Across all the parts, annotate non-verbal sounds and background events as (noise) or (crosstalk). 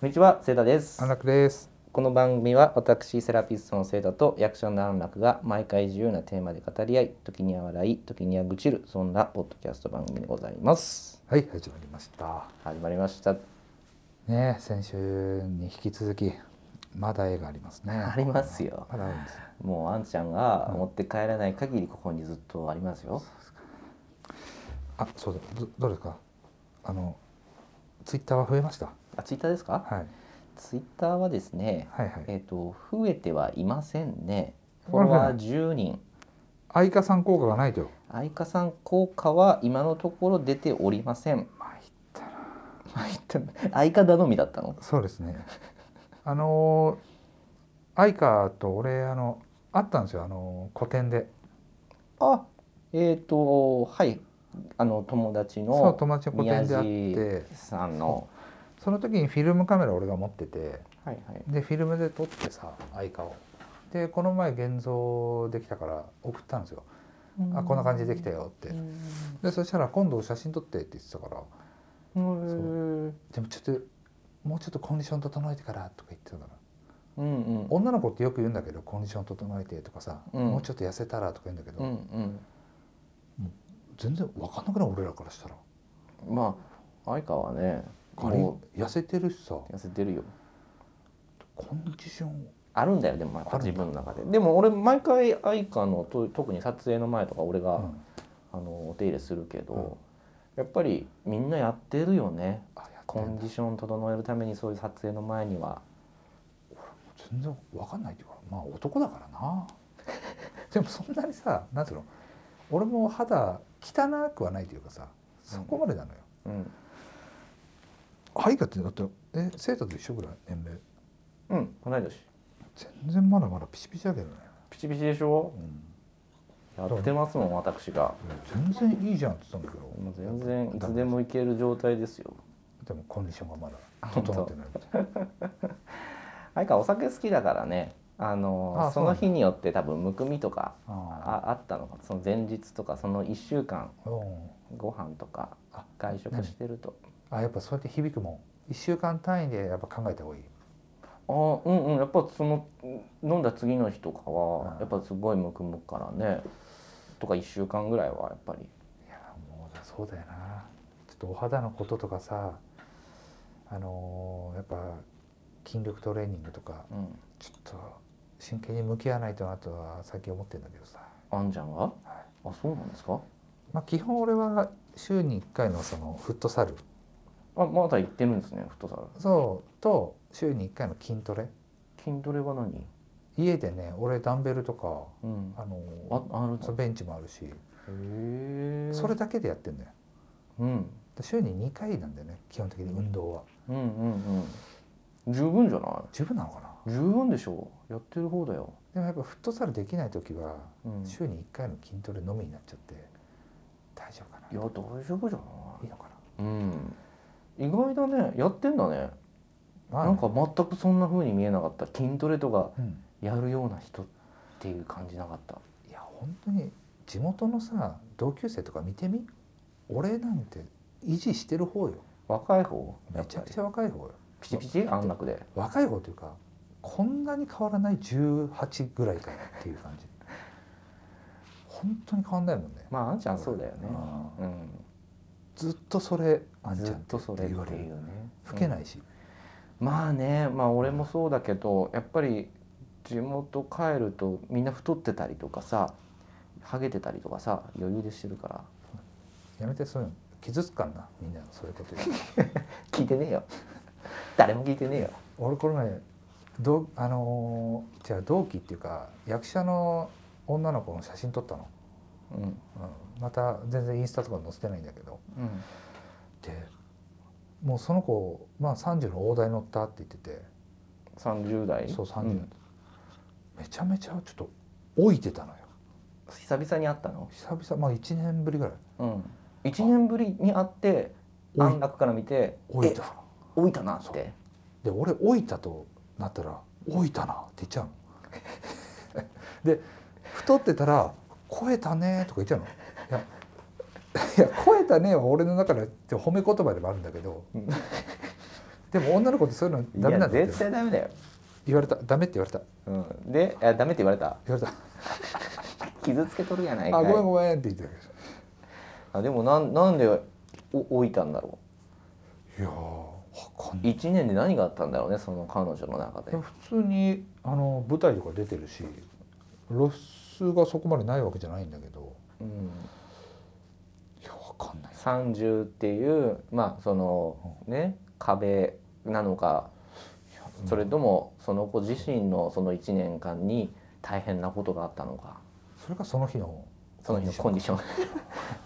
こんにちは、セイタです。安楽です。この番組は私セラピストのセイタと役者の安楽が毎回自由なテーマで語り合い、時には笑い、時には愚痴る、そんなポッドキャスト番組でございます。はい、始まりました。始まりました。ねえ、先週に引き続き、まだ絵がありますね。ありますよまだあるんですよ。もうあんちゃんが持って帰らない限りここにずっとありますよ。あ、そうだ、どどうですか。あの、ツイッターは増えました。あ、ツイッターですか？はい、ツイッターはですね、はい、はい。えっ、と増えてはいませんね。フォこれロワー10人。相加算効果がないと。愛花さん効果は今のところ出ておりませ (laughs) ん。まあ、いったな。愛花頼みだったの？そうです (laughs) ね。あのー、相加と俺、あの、会ったんですよ。あのー、個展で。あ、えっ、とはい、あの友達そう、の友達の個宮展で会って地。さんの、その時にフィルムカメラ俺が持ってて。はいはい、でフィルムで撮ってさ相顔でこの前現像できたから送ったんですよ「あこんな感じでできたよ」ってでそしたら「今度写真撮って」って言ってたから「うん、そううんでもちょっともうちょっとコンディション整えてから」とか言ってたからうん女の子ってよく言うんだけど「コンディション整えて」とかさ、うんもうちょっと痩せたら」とか言うんだけど、うんうん、全然分かんなくない俺らからしたらまあ相川はね、ガリも痩せてるしさう痩せてるよ。コンディションあるんだよでもやっぱあるんだ自分の中で。でも俺毎回相川のと特に撮影の前とか俺が、うんあのお手入れするけど、やっぱりみんなやってるよね。あやってコんンだディション整えるためにそういう撮影の前には。全然わかんないっていうかまあ男だからな (laughs) でもそんなにさなんていうの俺も肌汚くはないというかさそこまでなのよ、うんハイカってだってえセータと一緒ぐらい年齢うん同い年。全然まだまだピチピチだけどね、ピチピチでしょうんやってますもん私が全然いいじゃんって言ってたんだけどもう全然いつでも行ける状態ですよでもコンディションがまだ整ってないみたい相川お酒好きだからねあのあそそうなのんだ日によって多分むくみとかなあああったのかその前日とかその1週間ーうんご飯とかあ外食してるとあやっぱそうやって響くもん一週間単位でやっぱ考えた方がいいあーうんうんやっぱその飲んだ次の日とかはうんやっぱすごいむくむからねとか1週間ぐらいはやっぱりいやもうそうだよなちょっとお肌のこととかさあのーやっぱ筋力トレーニングとかうんちょっと真剣に向き合わないとなとは最近思ってるんだけどさ、あんちゃんがはいあそうなんですかまあ、基本俺は週に1回のそのフットサルあまだ行ってるんですね太さそうと週に1回の筋トレ筋トレは何家でね俺ダンベルとか、うんあのーああるそのベンチもあるしへえそれだけでやってんだようん週に2回なんだよね基本的に運動はうんうんうん十分じゃな十分なのかない十分でしょやってる方だよ、でもやっぱフットサルできない時はうん、いや週に1回の筋トレのみになっちゃって大丈夫かな大丈夫じゃいいのかないうん意外だねやってんだねななんか全くそんな風に見えなかった筋トレとかうん、やるような人っていう感じなかったいや本当に地元のさ同級生とか見てみ俺なんて維持してる方よ若い方やめっちぱゃりくちゃ若い方よピチピチ安楽で若い方というかこんなに変わらない18ぐらいかなっていう感じ本当に変わんないもんねまああんちゃんそうだよねああうんずっとそれあんちずゃっんとそれっていうわれるね老けないし、まあねまあ俺もそうだけどやっぱり地元帰るとみんな太ってたりとかさハゲてたりとかさ余裕でしてるからやめてそういうの傷つかんなみんなそういうこと言う聞いてねえよ (laughs) 誰も聞いてねえよ俺この前同あのー、じゃあ同期っていうか役者の女の子の写真撮ったの、うんうん、また全然インスタとか載せてないんだけどうんでもうその子、まあ、30の大台乗ったって言って30代てそう30、うんめちゃめちゃちょっと老いてたのよ久々に会ったの久々まあ1年ぶりぐらいうん1年ぶりに会って老安い楽から見て老いた「老いたな」ってで俺老いたとなったら「老いたな」って言っちゃうの (laughs) で太ってたら「超えたね」とか言っちゃうのいや「いや超えたね」は俺の中で褒め言葉でもあるんだけどうんでも女の子ってそういうのダメなんだいっやて絶対ダメだよ、言われたダメって言われたうん、であダメって言われた言われた傷つけとるやないかあいごめんごめんって言ってたけあでもなんなんでお置いたんだろどいやーわかんうない1年で何があったんだろうねその彼女の中で普通にあの舞台とか出てるし露出がそこまでないわけじゃないんだけどうん、いやわかんない30っていうまあそのね壁なのかそれともその子自身のその1年間に大変なことがあったのかそれがその日のその日のコンディショ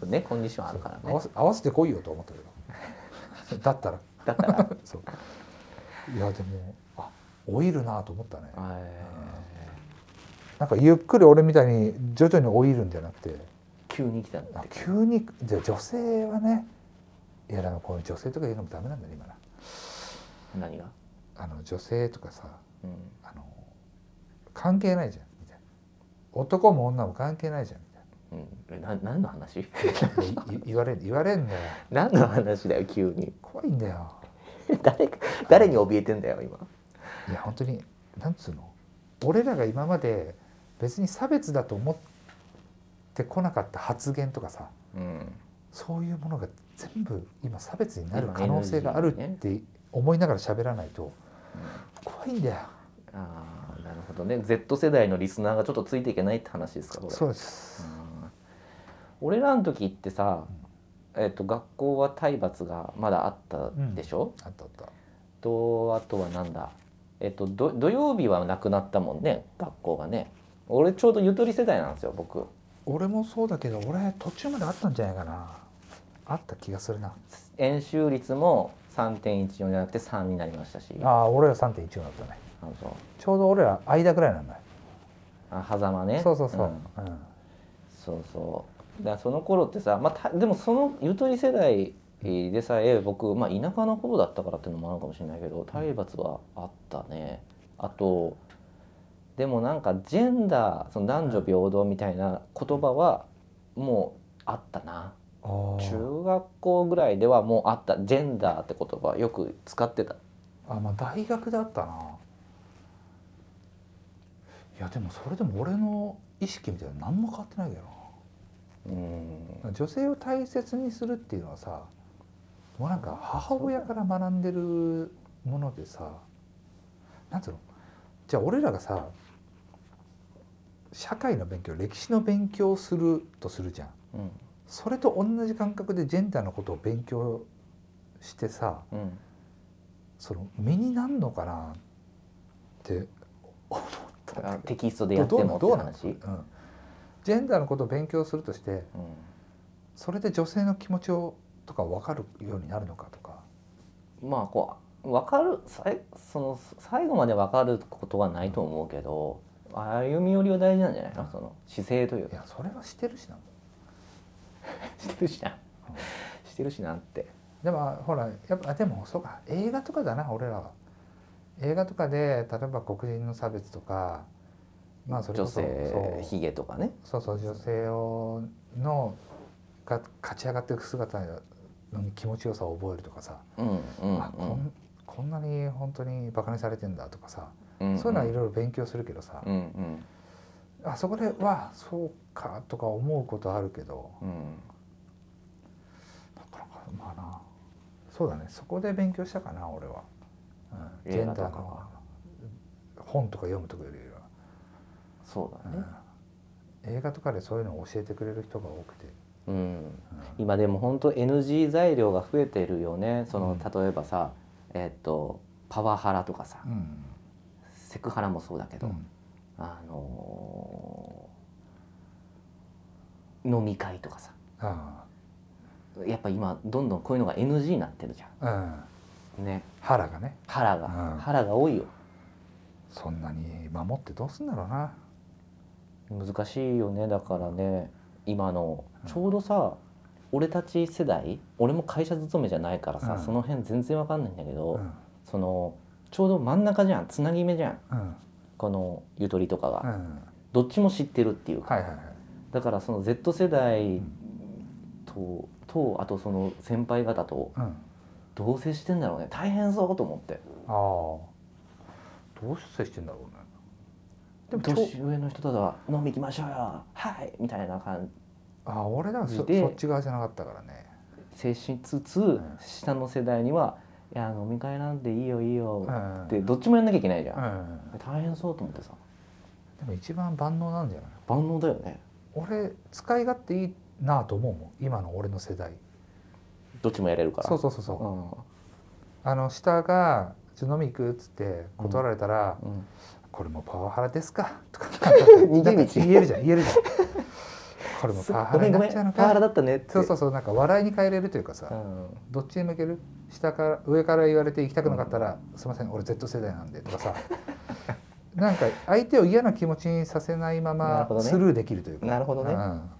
ン (laughs) ねコンディションあるから合わねせ合わせてこいよと思ったけ (laughs) どだったらだから (laughs) そういやでもあ老いるなと思ったねえなんかゆっくり俺みたいに徐々に老いるんじゃなくてー急に来たんだあって急にじゃあ女性はねいやでもこういう女性とか言うのもダメなんだね今な何が、あの女性とかさうん、あの関係ないじゃんみたいな男も女も関係ないじゃんみうん、えな何の話 (laughs) たいないやい言われん言われんだよ何の話だよ急に (laughs) 怖いんだよ誰か誰に怯えてんだよ今いや本当になんつうの俺らが今まで別に差別だと思ってこなかった発言とかさうんそういうものが全部今差別になる可能性があるって思いながら喋らないと怖いんだよ。ああなるほどね Z 世代のリスナーがちょっとついていけないって話ですかこれそうです。うん俺らの時ってさ、えっと学校は体罰がまだあったでしょ、あったあった。とあとはなんだえっとど土曜日はなくなったもんね学校がね俺ちょうどゆとり世代なんですよ僕俺もそうだけど俺途中まであったんじゃないかな。あった気がするな。円周率も3.14じゃなくて3になりましたしああ俺ら3.1だったね。あのそうちょうど俺ら間ぐらいなんだよ。あ狭間ねそうそうそう。んうんそうそうだからその頃ってさ、まあ、たでもそのゆとり世代でさえ僕、まあ、田舎の方だったからっていうのもあるかもしれないけど体罰はあったねあとでもなんかジェンダーその男女平等みたいな言葉はもうあったなあー中学校ぐらいではもうあったジェンダーって言葉よく使ってたあまあ大学だったな。いやでもそれでも俺の意識みたいなの何も変わってないけどな。うん女性を大切にするっていうのはさもうなんか母親から学んでるものでさなんつうのじゃあ俺らがさ社会の勉強歴史の勉強をするとするじゃんうんそれと同じ感覚でジェンダーのことを勉強してさうんその身になんのかなって思ったんだあテキストでけやどってもってどうなん話どうなんうんジェンダーのことを勉強するとしてうんそれで女性の気持ちをとか分かるようになるのかとかまあこう分かるさいその最後まで分かることはないと思うけど歩み寄りは大事なんじゃないのその姿勢といういか (laughs) やそれはしてるしなしてるしなしてるしなってでもほらやっぱあでもそうか映画とかだな俺らは映画とかで例えば黒人の差別とかまあそれ女こそ性そうひげとかねそうそう女性をのが勝ち上がっていく姿の気持ちよさを覚えるとかさ、うんうんあこんこんなに本当にバカにされてんだとかさ、うんそういうのはいるろいろ勉強するけどさ、うんうんあそこではそうかとか思うことあるけど。うんなかなかまあなそうだねそこで勉強したかな俺は、うん、ジ映ェ画ンとかダーの本とか読むとかよりは、そうだねうん映画とかでそういうのを教えてくれる人が多くて、うんうん今でも本当 NG 材料が増えてるよねそのうん例えばさえっとパワハラとかさうんセクハラもそうだけうどんあのー飲み会とかさあやっぱ今どんどんこういうのが NG になってるじゃあうんんね腹がね腹が、うん腹が多いよそんなに守ってどうすんだろうな難しいよねだからね今のうんちょうどさ、俺たち世代俺も会社勤めじゃないからさ、うんその辺全然わかんないんだけど、うんそのちょうど真ん中じゃんつなぎ目じゃんうんこのゆとりとかが、うんどっちも知ってるっていうかはいはいはいだからその Z 世代んととあとその先輩方とうんどう接してんだろうね大変そうと思ってああどう接してんだろうねでもちょ年上の人とは飲み行きましょうよはいみたいな感じあ俺だからそでそっち側じゃなかったからね接しつつ、ん下の世代には「いや飲み会なんていいよいいよ」うんってどっちもやんなきゃいけないじゃ、うんん大変そうと思ってさでも一番万能なんじゃない万能だよね俺使い勝手いいなと思うもん今の俺の世代どっちもやれるからそうそうそうそう、うあの下が「ちょっと飲み行く」っつって断られたら「ん、うん、これもパワハラですか」とか (laughs) 逃げ道なんか言えるじゃん言える (laughs) じゃんこれもパワハごラめんにごなめっんちゃうのパワハラかだったねってそうそううそうなんか笑いに変えれるというかさ、んどっちに向ける下から上から言われて行きたくなかったら「すいません俺 Z 世代なんで」と (laughs) かさなんか相手を嫌な気持ちにさせないまなるまほどねスルーできるというかなるほどねうん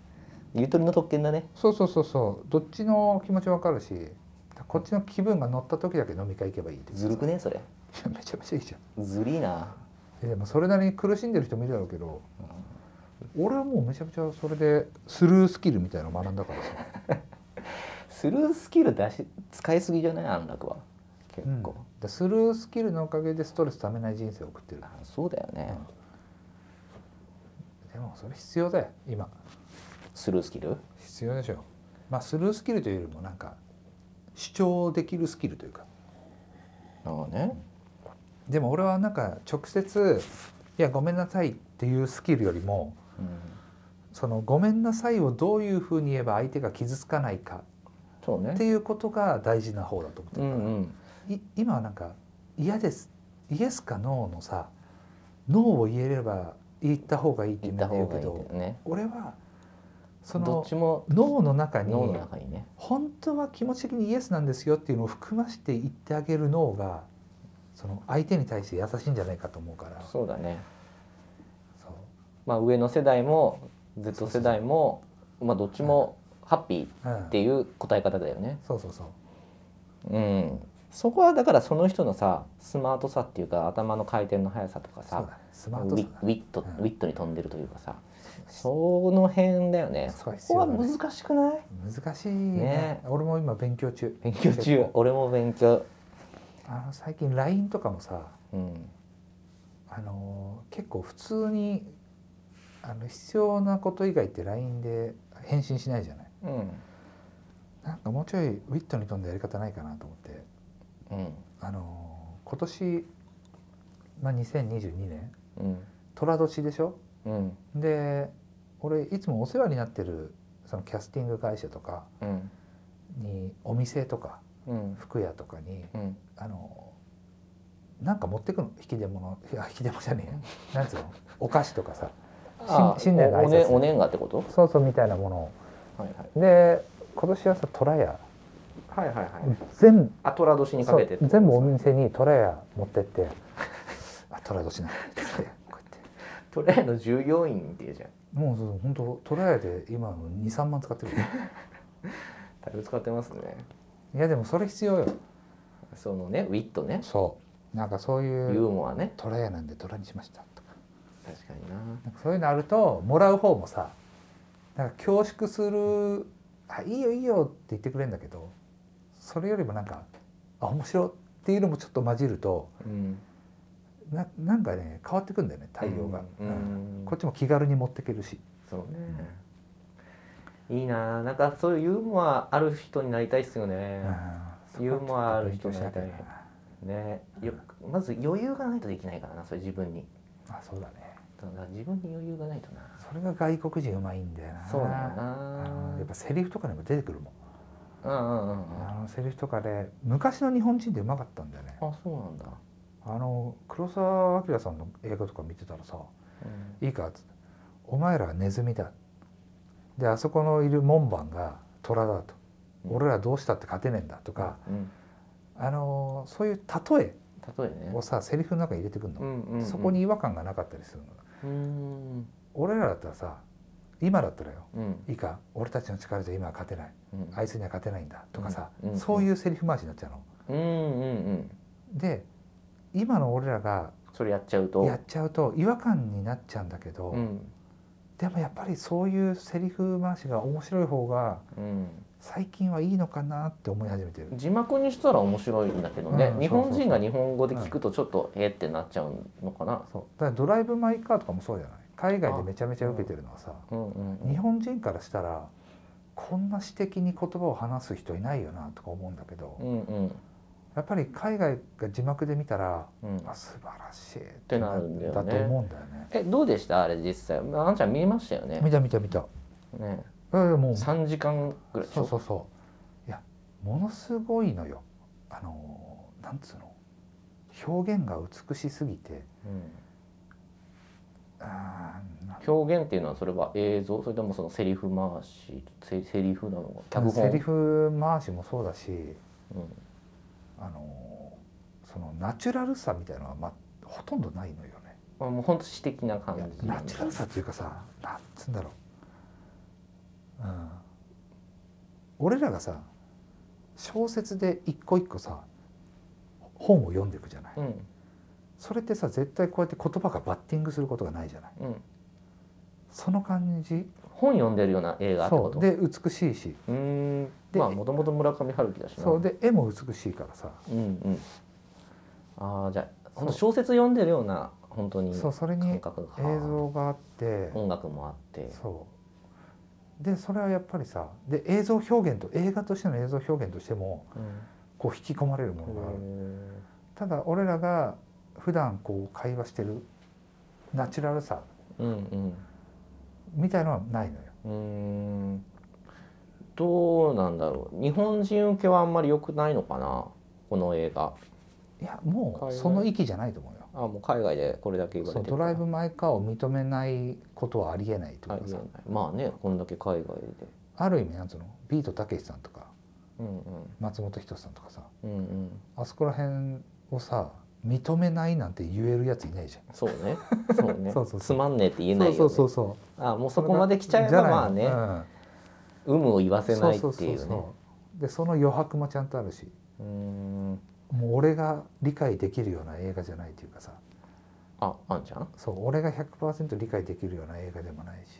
ゆとりの特権だねそうそうそうそうどっちの気持ちわかるしこっちの気分が乗った時だけ飲み会行けばいいってずるくねそれいやめちゃめちゃいいじゃんずりーな、えでもそれなりに苦しんでる人もいるだろうけどう俺はもうめちゃめちゃそれでスルースキルみたいなの学んだからさんスルースキル出し使いすぎじゃない安楽は結構、でスルースキルのおかげでストレスためない人生を送ってるあそうだよね、でもそれ必要だよ今スルースキル必要でしょまあスルースキルというよりもなんか主張できるスキルというかああねでも俺はなんか直接「いやごめんなさい」っていうスキルよりもうんその「ごめんなさい」をどういうふうに言えば相手が傷つかないかそうねっていうことが大事な方だと思ってうるから、んうんい今はなんか「嫌です」「イエス」か「ノー」のさ「ノー」を言えれば言った方がいいって言みっんなた言方うがけいいどんだよね俺はそどのっちも「ノー」の中に脳の中にね本当は気持ち的にイエスなんですよっていうのを含まして言ってあげる脳がその相手に対して優しいんじゃないかと思うからそうだねそうまあ上の世代も Z 世代もまあどっちもハッピーうっんていう答え方だよねそうそうそううんそこはだからその人のさスマートさっていうか頭の回転の速さとかそうさだねスウマートさィウィット、うんウィットに飛んでるというかさその辺だよねそそうですこよはね難しくない難しいねね俺も今勉強中勉強結中構 (laughs) 俺も勉強あの最近 LINE とかもさうんあのー結構普通にあの必要なこと以外って LINE で返信しないじゃないうんなんかもうちょいウィットに富んだやり方ないかなと思ってうんあのー今年、まあ、2022年うん寅年でしょうんで俺いつもお世話になってるそのキャスティング会社とかうんにお店とかうん服屋とかにうんあのなんか持ってくの引き出物 (laughs) いや引き出物じゃねえやなんつうのお菓子とかさあ新新年の挨拶おねお年賀ってことそうそうみたいなものをはいはいで今年はさ虎屋はいはいはい全部アトラ年にかそけてう全部お店に虎屋持ってって「あ虎年なんだ」ってこうやってトレイの従業員っていうじゃんもうそう本当虎屋で今の23万使ってるよだいぶ使ってますねいやでもそれ必要よそのねウィットねそうなんかそうユいうーモアね「虎屋なんで虎にしました」とか確かにななんかそういうのあるともらう方もさなんか恐縮する「あいいよいいよ」って言ってくれるんだけどそれよりもなんか「あ面白」っていうのもちょっと混じるとうんななんかね変わってくんだよね対応が、うんうんこっちも気軽に持ってけるしそうねいいななんかそういうユーモアある人になりたいっすよねうんユーモアある人にそなこりはちたょっと勉強しないきゃいけないねよまず余裕がないとできないからなそれ自分になあそうだねだから自分に余裕がないとなそれが外国人うまいんだよなそうだよあなのやっぱセリフとかにも出てくるもんうんうんうんうんああのセリフとかで昔の日本人ってうまかったんだよねそうなんだ、あの黒澤明さんの映画とか見てたらさうん「いいか」っつって「お前らはネズミだ」であそこのいる門番が虎だと「うん俺らどうしたって勝てねえんだ」とか、うん、あのそういう例例ええねをさセリフの中に入れてくんの、んうそこに違和感がなかったりするのうん俺らだったらさ今だったらようんいいか俺たちの力じゃ今は勝てないうんあいつには勝てないんだとかさ、うんうんそういうセリフ回しになっちゃうの。うんうんうんで今の俺らがそれやっちゃうとやっちゃうと違和感になっちゃうんだけど、うんでもやっぱりそういうセリフ回しが面白い方がうん最近はいいのかなって思い始めてる字幕にしたら面白いんだけどね、うん日本そう人そうそがう日本語で聞くとちょっとえってなっちゃうのかな。そうだからドライブ・マイ・カーとかもそうじゃない海外でめちゃめちゃ受けてるのはさ、うんうんうん日本人からしたらこんな詩的に言葉を話す人いないよなとか思うんだけど、うんうんやっぱり海外が字幕で見たらうんあ素晴らしいってなるんだよねだと思うんだよねえどうでしたあれ実際まああんちゃん見ましたよね見た見た見たねいやいやもうそ3時間ぐらいでしょうそうそういやものすごいのよあのーなんつうの表現が美しすぎてうんあーな表現っていうのはそれは映像それともそのセリフ回しセセリフなのか脚セ本リフ回しもそうだしうんあのーそのナチュラルさみたいなのは、ま、ほとんどないのよねまあ、もう本当詩的な感いやじナチュラルさっていうかさなんつうんだろう、うん、俺らがさ小説で一個一個さ本を読んでいくじゃない、うんそれってさ絶対こうやって言葉がバッティングすることがないじゃないうんその感じ本読んでるような映画ってこそとうで美しいしうーんでまあもともと村上春樹だしなそうで絵も美しいからさ、うんうんああじゃあ本当そう小説読んでるような本当にそうそれ感に覚が映像があって音楽もあってそうでそれはやっぱりさで映像表現と映画としての映像表現としてもうんこう引き込まれるものがあるただ俺らが普段こう会話してるナチュラルさうんみたいのはないのようんうーんどうなんだろう日本人受けはあんまり良くないのかなこの映画いやもうその域じゃないと思うよあもう海外でこれだけ言わそれうてドるかラらイブ・マイ・カーを認めないことはありえないとあいりうえかさないまあねこんだけ海外である意味なんつうのビートたけしさんとかうん松本人志さんとかさうんうんうんあそこら辺をさ認めないなんて言えるやついないじゃんそうねそうねそうそうそうつまんねえって言えないよ、ね、そうそうそうそうあもうそこまで来ちゃえばまあじねゃないのうん有無を言わせないってそいうそううそうねそうでその余白もちゃんとあるしうーんもう俺が理解できるような映画じゃないというかさああんちゃんうそう俺が100%理解できるような映画でもないし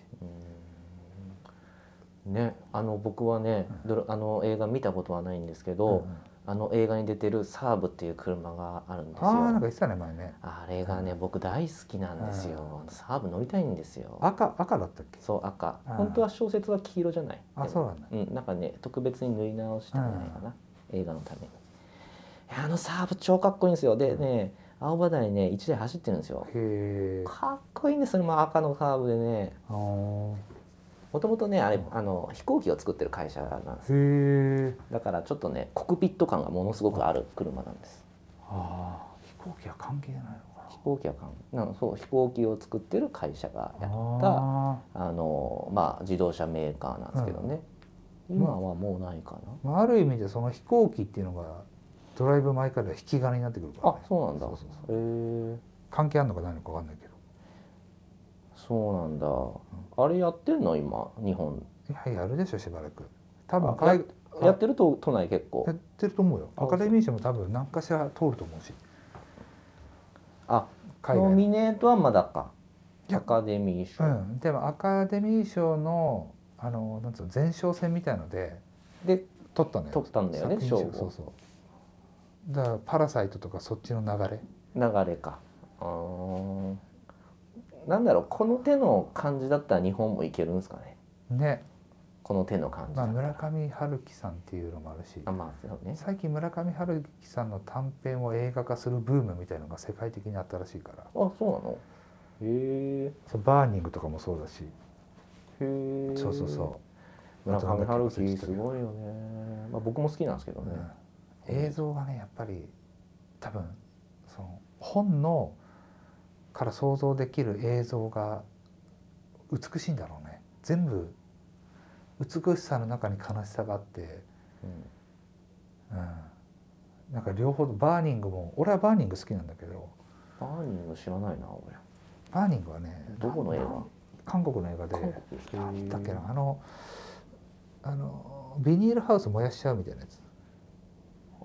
ーんねあの僕はね、ドラあの映画見たことはないんですけど、んんあの映画に出てるサーブっていう車があるんですよああなんか言ってたね前ねあれがね僕大好きなんですよ、サーブ乗りたいんですよ赤赤だったっけそう赤うん本当は小説は黄色じゃないあでもそうなんだうん、なんかね特別に縫い直したんじゃないかな、映画のためにいやあのサーブ超かっこいいんですよでね青葉台ね1台走ってるんですよへえかっこいいんですそれも赤のサーブでねあーもともとねあれあの飛行機を作ってる会社なんですへえだからちょっとねコクピット感がものすごくある車なんですああ飛行機は関係ないのか飛行機はかんなのそう飛行機を作ってる会社がやなったああのまあ自動車メーカーなんですけどね、うん今はもうないかな、ー、まあ、ある意味でその飛行機っていうのがドライブ・マイ・カーでは引き金になってくるから、あね、そうなんだそうそうそうへえ関係あるのかないのか分かんないけどそうなんだ、あれやってんの今日本いややるでしょしばらく多分あ海や外あやってると都内結構やってると思うよあアカデミー賞も多分何かしら通ると思うしあ海ノ外ミネートはまだかいやアカデミー賞、うん、でもアカデミー賞のあのなんつうの前哨戦みたいのでで取ったのよ取ったんだよね作品賞賞をそうそうだから「パラサイト」とかそっちの流れ流れかあーなんだろうこの手の感じだったら日本もいけるんですかねね、この手の感じまだあ、ったら村上春樹さんっていうのもあるしあまあそうね最近村上春樹さんの短編を映画化するブームみたいのが世界的にあったらしいかあらそうなのへそうバーニングとかもそうだしえへえそうそうそう村上春樹すごいよね、まあ、僕も好きなんですけどう、ね、うん映像がねやっぱり多分その本のから想像できる映像が美しいんだろうね全部美しさの中に悲しさがあって、うん、なんか両方バーニングも俺はバーニング好きなんだけどバーニング知らないな俺バーニングはねどこの映な画ん韓国の映画で韓国へーなんだっけなあのあのビニールハウス燃やしちゃうみたいなやつ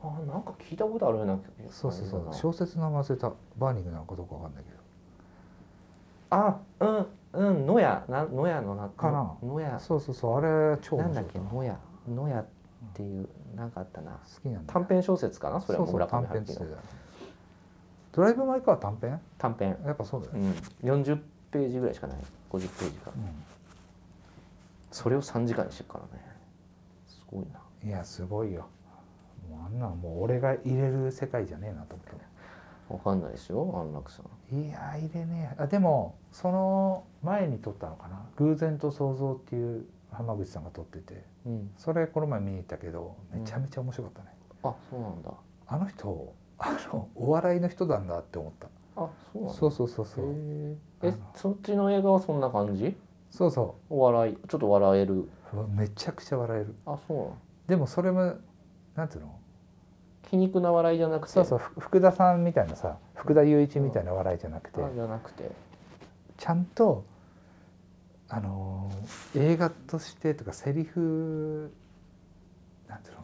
あなんか聞いたことあるようなそうそうそあうれだな小説の名前忘れたバーニングなのかどうかわかんないけどあうんうん野屋な野屋のなかな野屋そうそうそうあれ超な面んだ白っいけ野屋野屋っていうなんかあったな好きなんだ短編小説かなそれはそうそう村上短編春っつ樹ってのたよねドライブ・マイ・カーは短編短編やっぱそうだよね、うん、40ページぐらいしかない50ページかそれを3時間にしてるからねすごいなうんいやすごいよもうあんなんもう俺が入れる世界じゃねえなと思ったわかんないですよ安楽さんいや入れねえあでもその前に撮ったのかな「偶然と想像」っていう浜口さんが撮っててうんそれこの前見に行ったけどめちゃめちゃ面白かったね、あそうなんだあの人あのお笑いの人なんだって思ったあそうなんだそうそうそうそうへえあえのそっちの映画はそんな感じそうそお笑いちょっと笑えるううわめちゃくちゃ笑えるあそうなのでもそれもなんていうの皮肉な笑いじゃなくてそうそうふ福田さんみたいなさ福田雄一みたいな笑いじゃなくてあじゃなくてちゃんとあのー映画としてとかセリフなんていうの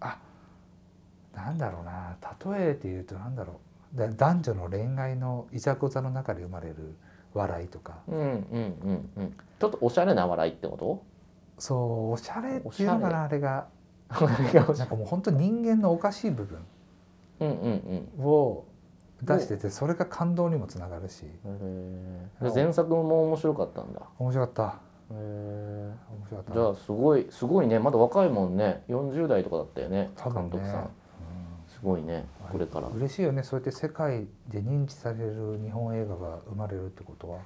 あなんだろうな例えて言うとなんだろうだ男女の恋愛のいざこざの中で生まれる笑いとかうんうんうんうんちょっとおしゃれな笑いってことそうおしゃれっていうのかおしゃなあ (laughs) れがなんかもう本当人間のおかしい部分うんうんを出しててそれが感動にもつながるしうんへえで前作も面白かったんだ面白かったへえ面白かったじゃあすごいすごいねまだ若いもんね40代とかだったよね多分監ね督さんすごいねはいこれから嬉しいよねそうやって世界で認知される日本映画が生まれるってことは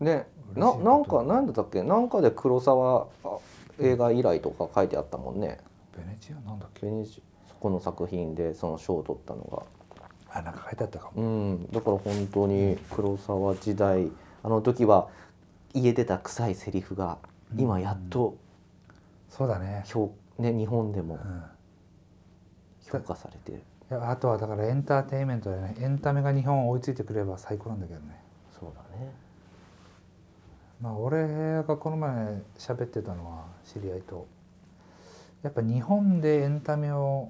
ね嬉しいことだったっけなんかで黒沢あ映画以来とか書いてあったもんねベネチアなんだっけベニシそこの作品でその賞を取ったのがあなんか書いてあったかもうんだから本当に黒沢時代あの時は言えてた臭いセリフが今やっとそうだね、評、ね、日本でもうん評価されてるいや、あとはだからエンターテインメントだよねエンタメが日本追いついてくれば最高なんだけどねそうだねまあ俺がこの前喋ってたのは知り合いとやっぱ日本でエンタメを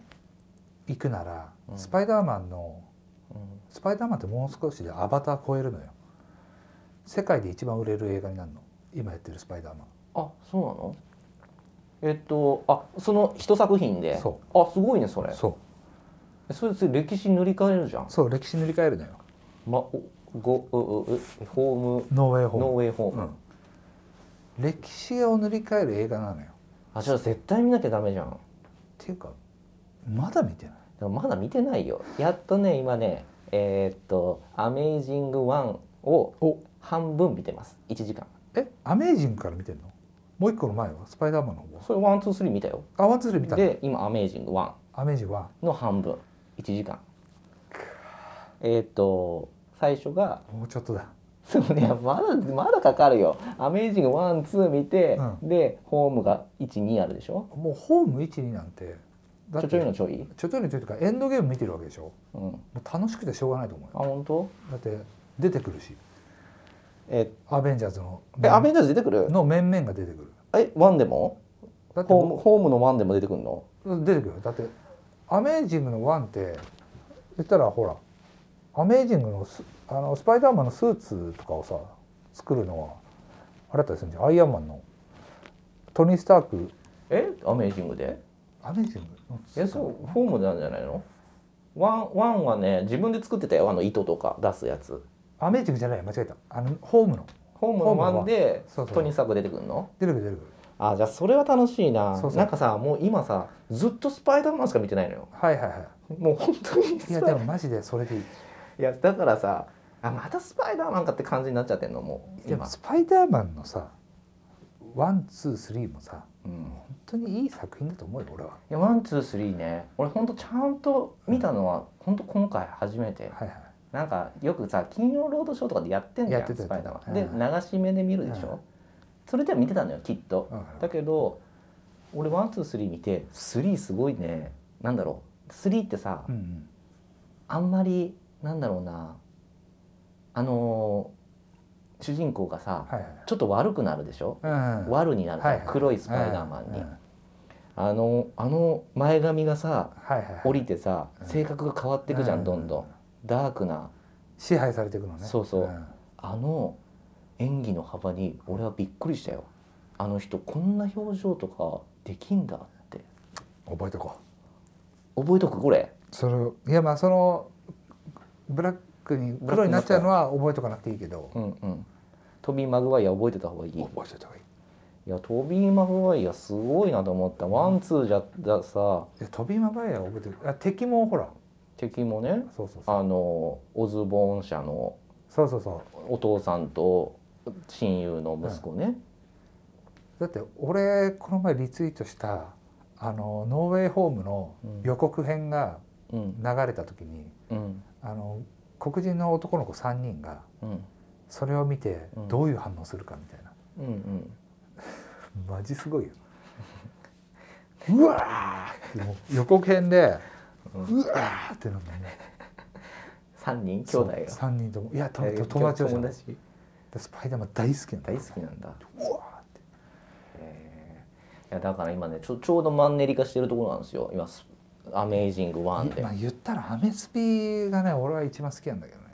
行くなら、うんスパイダーマンのうんスパイダーマンってもう少しでアバター超えるのよ世界で一番売れる映画になるの今やってるスパイダーマンあそうなのえっとあその一作品でそあすごいねそれそえそれそれ歴史塗り替えるじゃんうそう歴史塗り替えるのよまおごうううホームノーウェイノームウェイホーム、うん、歴史を塗り替える映画なのよっあじゃあ絶対見なきゃダメじゃんだかていうかまだ見てないらまだ見てないよやっとね今ねえーっと「アメイジング1」をお半分見てます1時間えアメージングから見てんのもう一個の前はスパイダーマンの方それ123見たよあワンツーで見たので今「アメイジング1」アメージングはの半分1時間えーっと最初がもうちょっとだそうね、まだまだかかるよ。アメージングワンツー見て、うでホームが一二あるでしょ。もうホーム12なんてだっちてょちょいのちょい。ちょちょいのちょいというかエンドゲーム見てるわけでしょうん。あもう楽しくてしょうがないと思うよ本当？だって出てくるしえアベンジャーズのえアベンジャーズ出てくる？の面々が出てくるえワンでも？だってホームホームのワンでも出てくるの？出てくるよだって「アメージング」の1って言ったらほら「アメージングのス」あのスパイダーマンのスーツとかをさ作るのはあれだったりするんじゃんアイアンマンのトニー・スタークえアメージングで？アメージングえそうホームなんじゃないの？ワンワンはね自分で作ってたよあの糸とか出すやつ。アメージングじゃない間違えたあのホームのホームのワンでホームのワンそうそうトニー・サーク出てくるの？出てくる出てくるあじゃあそれは楽しいな。そうそうなんかさもう今さずっとスパイダーマンしか見てないのよ。はいはいはもう本当にスいパイダーいやマでンもマジでそれでいいいやだからさあまたスパイダーマンかって感じになっちゃってんのもうでも今、スパイダーマンのさワンツースリーもさうん、本当にいい作品だと思うよ俺は。いやワンツースリーね俺ほんとちゃんと見たのはほんと今回初めてはいはいなんかよくさ「金曜ロードショー」とかでやってんじゃんやってたスパイダーマン、やってたで流し目で見るでしょ、うんそれでは見てたのよきっとうんだけど俺ワンツースリー見てスリーすごいねなんだろうスリーってさ、うんうんあんまりなんだろうなあのー主人公がさはいはいちょっと悪くなるでしょ、うんワルになるじゃんはいはい黒いスパイダーマンに、うんうんあのあの前髪がさはいはいはい、降りてさうん性格が変わっていくじゃん、うんどんどんダークな支配されていくのねそうそうんあの演技の幅に俺はびっくりしたよあの人こんな表情とかできんだって覚えとこ覚えとくこれうそれいやまあそのブラックに黒になっちゃうのは覚えとかなくていいけどうんうんトビー・マグワイア覚えてた方がいい覚えといた方がいいいやトビー・マグワイアすごいなと思ったワンツーじゃださいや飛びまばやは覚えてるあ敵もほら敵もねそうそうそうあのオズボーン社のそうそうそうお父さんと親友の息子ね、だって俺この前リツイートしたあのノーウェイホームの予告編がうん流れた時に、うんあの黒人の男の子3人がうんそれを見てうんどういう反応するかみたいな、うんうんマジすご (laughs) いようわーもう予告編でううんわーってなるのね3人兄弟が3人ともいやとえー友達をじゃ友ない達でスパイダーマン大好きなんだ大好きなんだうわへーいやだから今ねちょちょうどマンネリ化してるところなんですよ今スアメイジングワンーっていでまああ言ったらアメスピがね俺は一番好きなんだけどね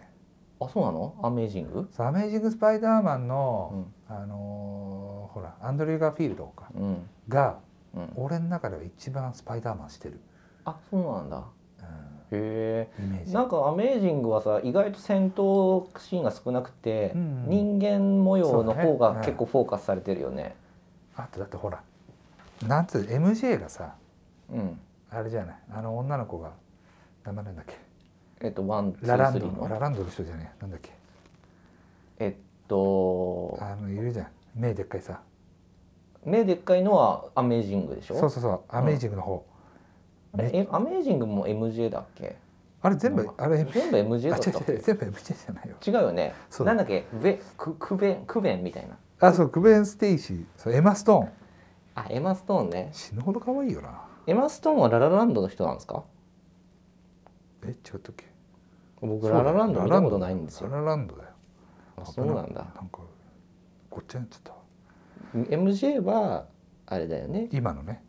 そうなのアメイジングそうアメージング・スパイダーマンうの、んあのーほらアンドリュー・ガーフィールドかうんがうん俺の中では一番スパイダーマンしてる、あそうなんだうへん、イメーえジなんかアメイジングはさ意外と戦闘シーンが少なくて、うん人間模様の方そうだがね結構フォーカスされてるよねあとだってほらなんつう MJ がさうんあれじゃないあの女の子が名前なんだっけえっとワンツララーンスドリーのラのランドの人じゃねえなんだっけえっとあのいるじゃん目でっかいさ目でっかいのはアメイジングでしょそうそうそうアメージングの方、あれえアメイジングも MJ だっけあれ全部なんかあれ MJ 全部 MJ だあっ違たう違う全部 MJ じゃないよ違うよねそうなんだっけベククベンクベンみたいなあそうクベン・ステイシーそうエマ・ストーンあエマ・ストーンね死ぬほど可愛いよなエマ・ストーンはララランドの人なんですかえ違ったっけ僕ララランド見たことないんですよララランドだよあそうなんだなんかごっちゃになっちゃったわ MJ はあれだよね今のね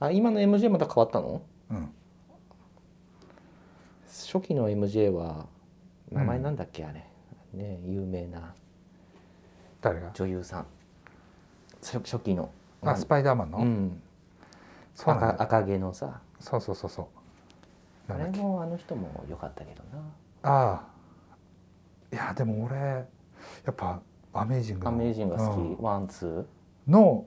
あ今の MJ また変わったのうん初期の MJ は名前なんだっけ、あれね有名な誰が女優さん初初期のあスパイダーマンの、うんそうなん赤だ赤毛のさそうそうそうそうあなんだれっけもあの人も良かったけどなああいやでも俺やっぱアメージングアメージングが好き、うんワンツーの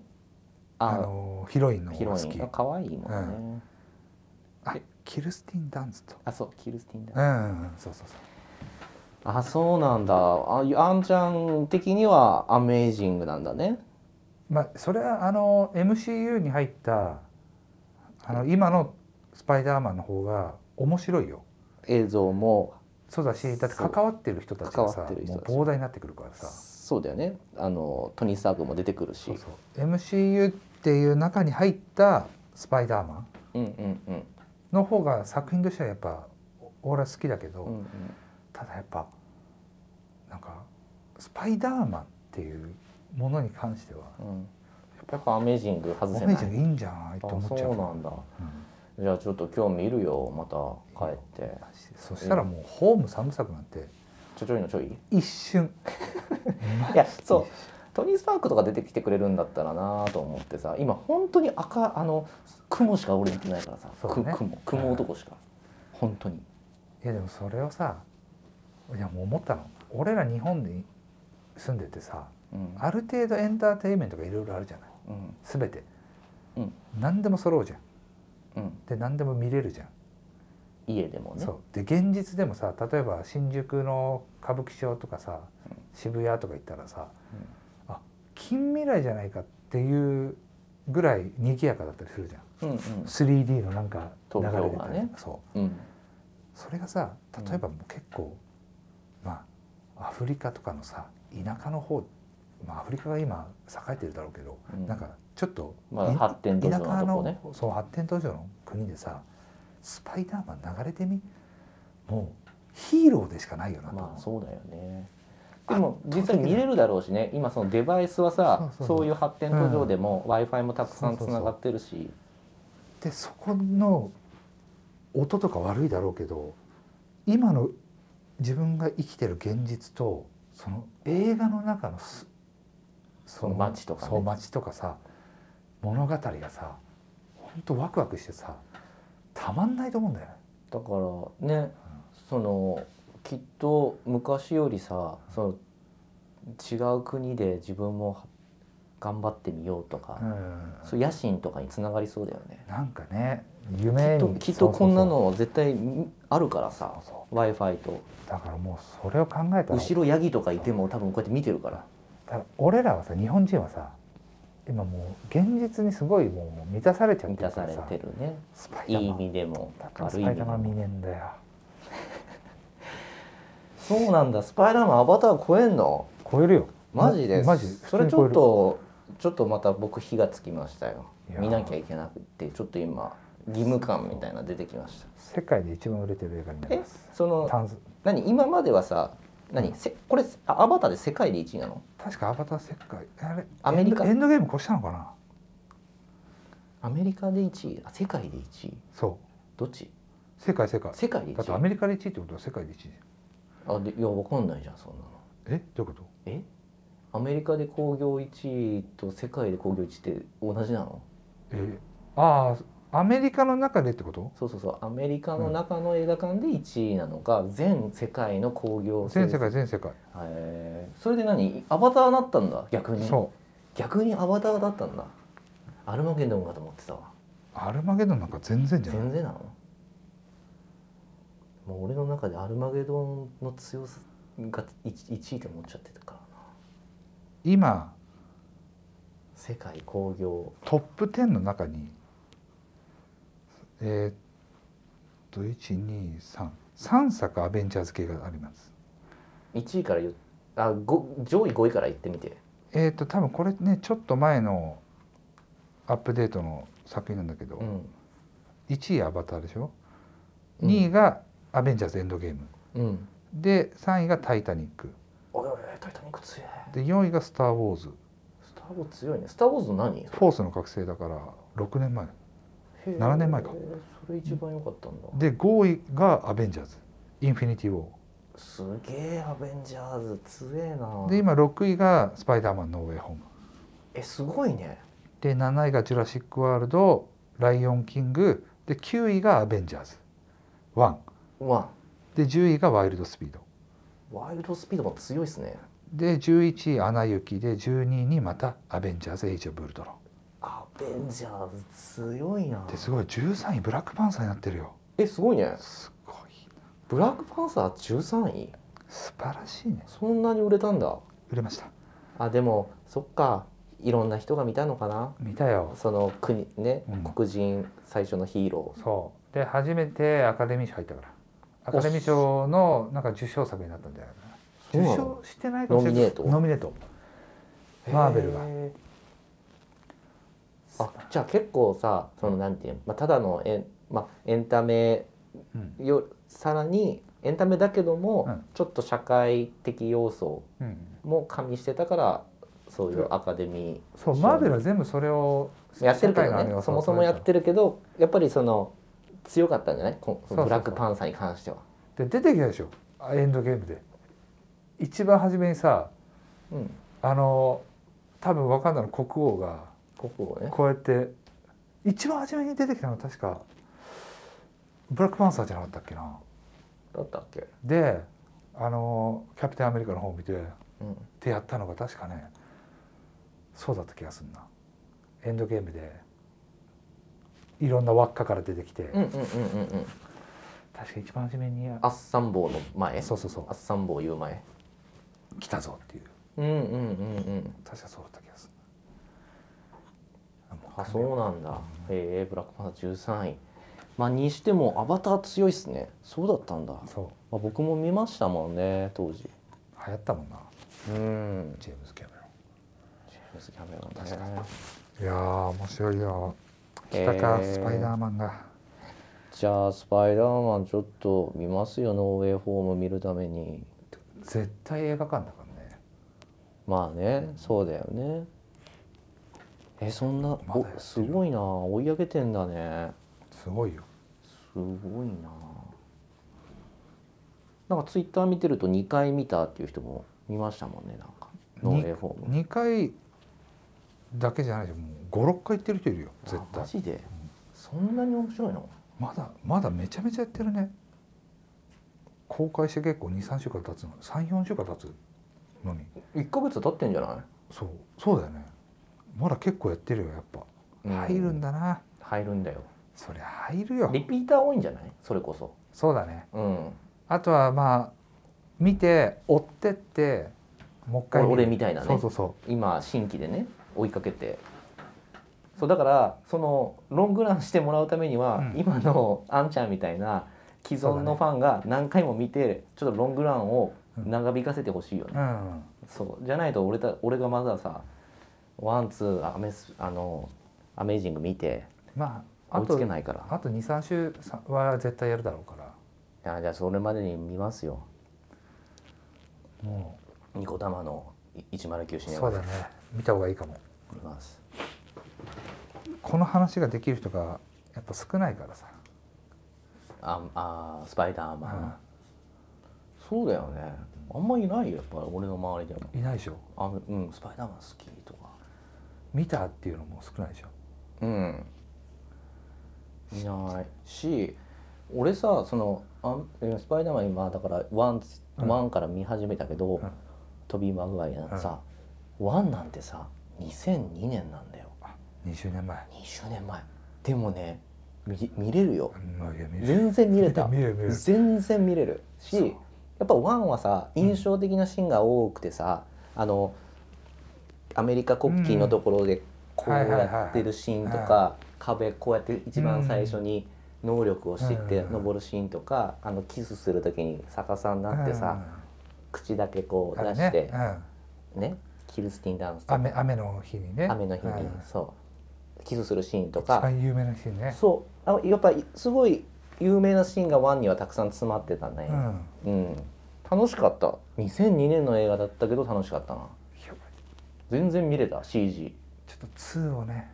ああのヒロインのヒロ方がイ好きンあ可愛いもんね、あキルスティン・ダンスとあそうキルスティンだ、うん、うん、そうそうそうあそうなんだああんちゃん的にはアメージングなんだねまあそれはあの MCU に入ったあの今のスパイダーマンの方が面白いよ映像もそうだしだってそう関わってる人たち関がさわもってる人うたち膨大になってくるからさそうだよねあのトニー・スタークも出てくるしそうそう MCU っていう中に入ったスパイダーマンうんうんうんの方が作品としてはやっぱお俺は好きだけど、うんうんただやっぱなんかスパイダーマンっていうものに関してはうんやっぱアメージングお外せな姉いちゃんいいんじゃないとあ思っちゃそううなんだうんじゃあちょっと今日見るよまた帰ってマジでそしたらもうホーム三部作なんてちょちょいのちょい一瞬いやそうトニー・スタークとか出てきてくれるんだったらなと思ってさ今本当に赤あの雲しか俺見てないからさ、そうくね雲雲男しか本当にいやでもそれをさいやもう思ったの俺ら日本に住んでてさうんある程度エンターテインメントがいろいろあるじゃないうん全て、うん何でも揃うじゃんうんで何でも見れるじゃん、家でもねそうで現実でもさ例えば新宿の歌舞伎町とかさうん渋谷とか行ったらさ、あ近未来じゃないかっていうぐらい賑やかだったりするじゃんうんうん 3D のなんか流れ東京がでたりとか、ねそううんそれがさ例えばもう結構、まあアフリカとかのさ田舎の方、まあ、アフリカが今栄えてるだろうけど、うんなんかちょっと、まあい発展途田上舎のとこの、ねそう発展途上の国でさスパイダーマン流れてみもうヒーローでしかないよなと思う、まあそうだよねでも実際見れるだろうしね今そのデバイスはさそうそうそうそういう発展途上でも w i f i もたくさんつながってるしでそこの音とか悪いだろうけど今の自分が生きてる現実とその映画の中のすそ街とかねそう街とかさ物語がさ本当ワクワクしてさたまんないと思うんだよね。だからねそのきっと昔よりさその違う国で自分も頑張ってみようとか、うんそう野心とかにつながりそうだよね。なんかねき夢っにときっとこんなの絶対あるからそうさそう w i f i とだからもうそれを考えたら後ろヤギとかいても多分こうやって見てるからただ俺らはさ日本人はさ今もう現実にすごいもう満たされちゃっ満てるたさかられさてるねスパイいダい意ーマン味でもだから悪いス意パ味イでダーマン見もねえんだよそうなんだスパイダーマンアバター超えんの超えるよマジでまマジそれちょっとちょっとまた僕火がつきましたよいやー見なきゃいけなくてちょっと今義務感みたいなの出てきました世界で一番売れてる映画になりえますそのタンズ何今まではさ何せこれあアバターで世界で1位なの確かアバター世界あれアメリカエンドエンドゲーム越したのかなアメリカで1位あ世界で1位そどっちう世界世界世界でだって1ア位メリカで1位ってことは世界で1位じあでいやわかんないじゃんそんなのゃんえどういうことえアメリカで興行1位と世界で興行1位って同じなのえああアメリカの中でってことそうそうそうアメリカの中の映画館で1位なのか、全世界の興行成績全世界全世界へーそれで何アバターだったんだ逆にそう逆にアバターだったんだアルマゲドンかと思ってたわアルマゲドンなんか全然じゃない全然なのもう俺の中でアルマゲドンの強さが 1, 位で持っちゃってたからな今世界興行トップ10の中にえーっと1233作アベンジャーズ系があります1位から言うあご上位5位から言ってみてえーっと多分これねちょっと前のアップデートの作品なんだけど、うん1位アバターでしょうん2位がアベンジャーズエンドゲームうんで3位がタイタニックおいおいタイタニック強いで4位がスター・ウォーズスター・ウォーズ強いねスター・ウォーズの何フォースの覚醒だから6年前へー7年前かそれ一番良かったんだで5位がアベンジャーズインフィニティ・ウォーすげえアベンジャーズ強えなで今6位が「スパイダーマンノーウェイホームえすごいね」で7位が「ジュラシック・ワールド」「ライオン・キング」で9位が「アベンジャーズ」1ワで10位が「ワイルド・スピードンワイルドスピードも強いですね」で11位「アナ雪」で12位にまた「アベンジャーズ・エイジ・オブ・ウルトロアベンジャーズ強いなン」ですごい13位ブラックパンサーになってるよえすごいねすごいブラックパンサー13位素晴らしいねそんなに売れたんだ売れましたあでもそっかいろんな人が見たのかな見たよその国ね、うん黒人最初のヒーローそうで初めてアカデミー賞入ったからアカデミー賞のなんか受賞作になったんじゃないかなそうな受の賞してないかもしれなノいミネートノミネートマーベルがへーあじゃあ結構さそのなんていうの、まあ、ただのエン,、まあ、エンタメうんよさらにエンタメだけども、うんちょっと社会的要素うんも加味してたからそういうアカデミそうそうマーベルは全部それをーやってるけ世界のどあれねをそもそもやってるけどやっぱりその強かったんじゃないこそうそうそうブラックパンサーに関しては。で出てきたでしょエンドゲームで一番初めにさうん、あの多分ワカンダの国王が国王ねこうやって一番初めに出てきたの確かブラックパンサーじゃなかったっけなだったっけ、であのキャプテンアメリカの方を見てっうん、てやったのが確かねそうだった気がするなエンドゲームでいろんな輪っかから出てきて、うんうんうんうんうん確か一番初めにアッサン坊の前そうそうそうアッサン坊言う前来たぞっていううんうんうんうん確かそうだった気がするなあそうなんだへえブラックパンサー13位まあにしてもアバター強いっすねそうだったんだ、まそうあ、僕も見ましたもんね当時流行ったもんなうんジェームズ・キャメロジェームズ・キャメロンね確かンいやー面白いよへ来ーたかスパイダーマンがじゃあスパイダーマンちょっと見ますよノーウェイホーム見るために絶対映画館だからねまあね、そうだよねえそんな、まだやおってるすごいな追い上げてんだねすごいよすごいななんかツイッター見てると2回見たっていう人も見ましたもんねなんかノーウェイホーム2回だけじゃないでもう56回行ってる人いるよ絶あマ対ジでそんなに面白いのまだまだめちゃめちゃやってるね公開して結構23週間経つの34週間経つのに1ヶ月経ってんじゃなそうそうだよねまだ結構やってるよやっぱ、い、うん入るんだな入るんだよそりゃ入るよリピーター多いんじゃないそれこそそうだねうんあとはまあ見て追ってってもう一回見る俺みたいなねそうそうそ今新規でね追いかけてそうだからそのロングランしてもらうためには、うん今のあんちゃんみたいな既存のファンが何回も見て、ちょっとロングランを長引かせてほしいよね、ううんそうじゃないと俺た俺がまださワンツーアメスあのアメージング見てまああ追いつとけないからあと23週さは絶対やるだろうからいやじゃあそれまでに見ますよもニコ玉のい109うシネそマうでだね見た方がいいかも見ますこの話ができる人がやっぱ少ないからさ、ああスパイダーマン、うそうだよねあんまいないよやっぱり俺の周りでもん、いないでしょあうんスパイダーマン好きとか見たっていうのも少ないでしょうんいないし俺さそのあえスパイダーマン今だからワン,、うんワンから見始めたけど、うんトビー・マグワイアのさ、ワンなんてさ2002年なんだよ20年前20年前でもね見見れるようんいや見れる全然見れた (laughs) 見れる見れる全然見れるしそうやっぱワンはさ印象的なシーンが多くてさ、あのアメリカ国旗のところでこうはいはいはいやってるシーンとはか壁こうやって一番最初に能力を知ってうん登るシーンとかあのキスする時に逆さになってさ口だけこうんうあ出れしねてうんねキルスティンダンスとか雨雨の日にね雨の日にうんそうキスするシーンと一か番有名な日にねそうあやっぱりすごい有名なシーンがワンにはたくさん詰まってたね。うんうん、楽しかった2002年の映画だったけど楽しかったないや全然見れた CG ちょっと2をね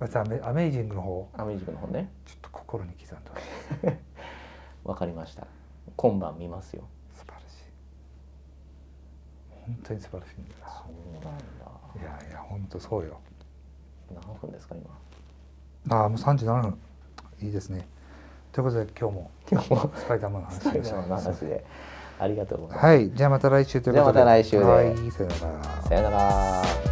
まずアメアメイジングの方アメージングの方ねちょっと心に刻んでほしいわかりました今晩見ますよ素晴らしい本当に素晴らしいんだよそうなんだいやいや本当そうよ何分ですか今ああもう37分いいですねということで今日も今日もスパイダーマンの話最でし後たの話でありがとうございます、はいじゃあまた来週ということでじゃあまた来週ではいさよならさよなら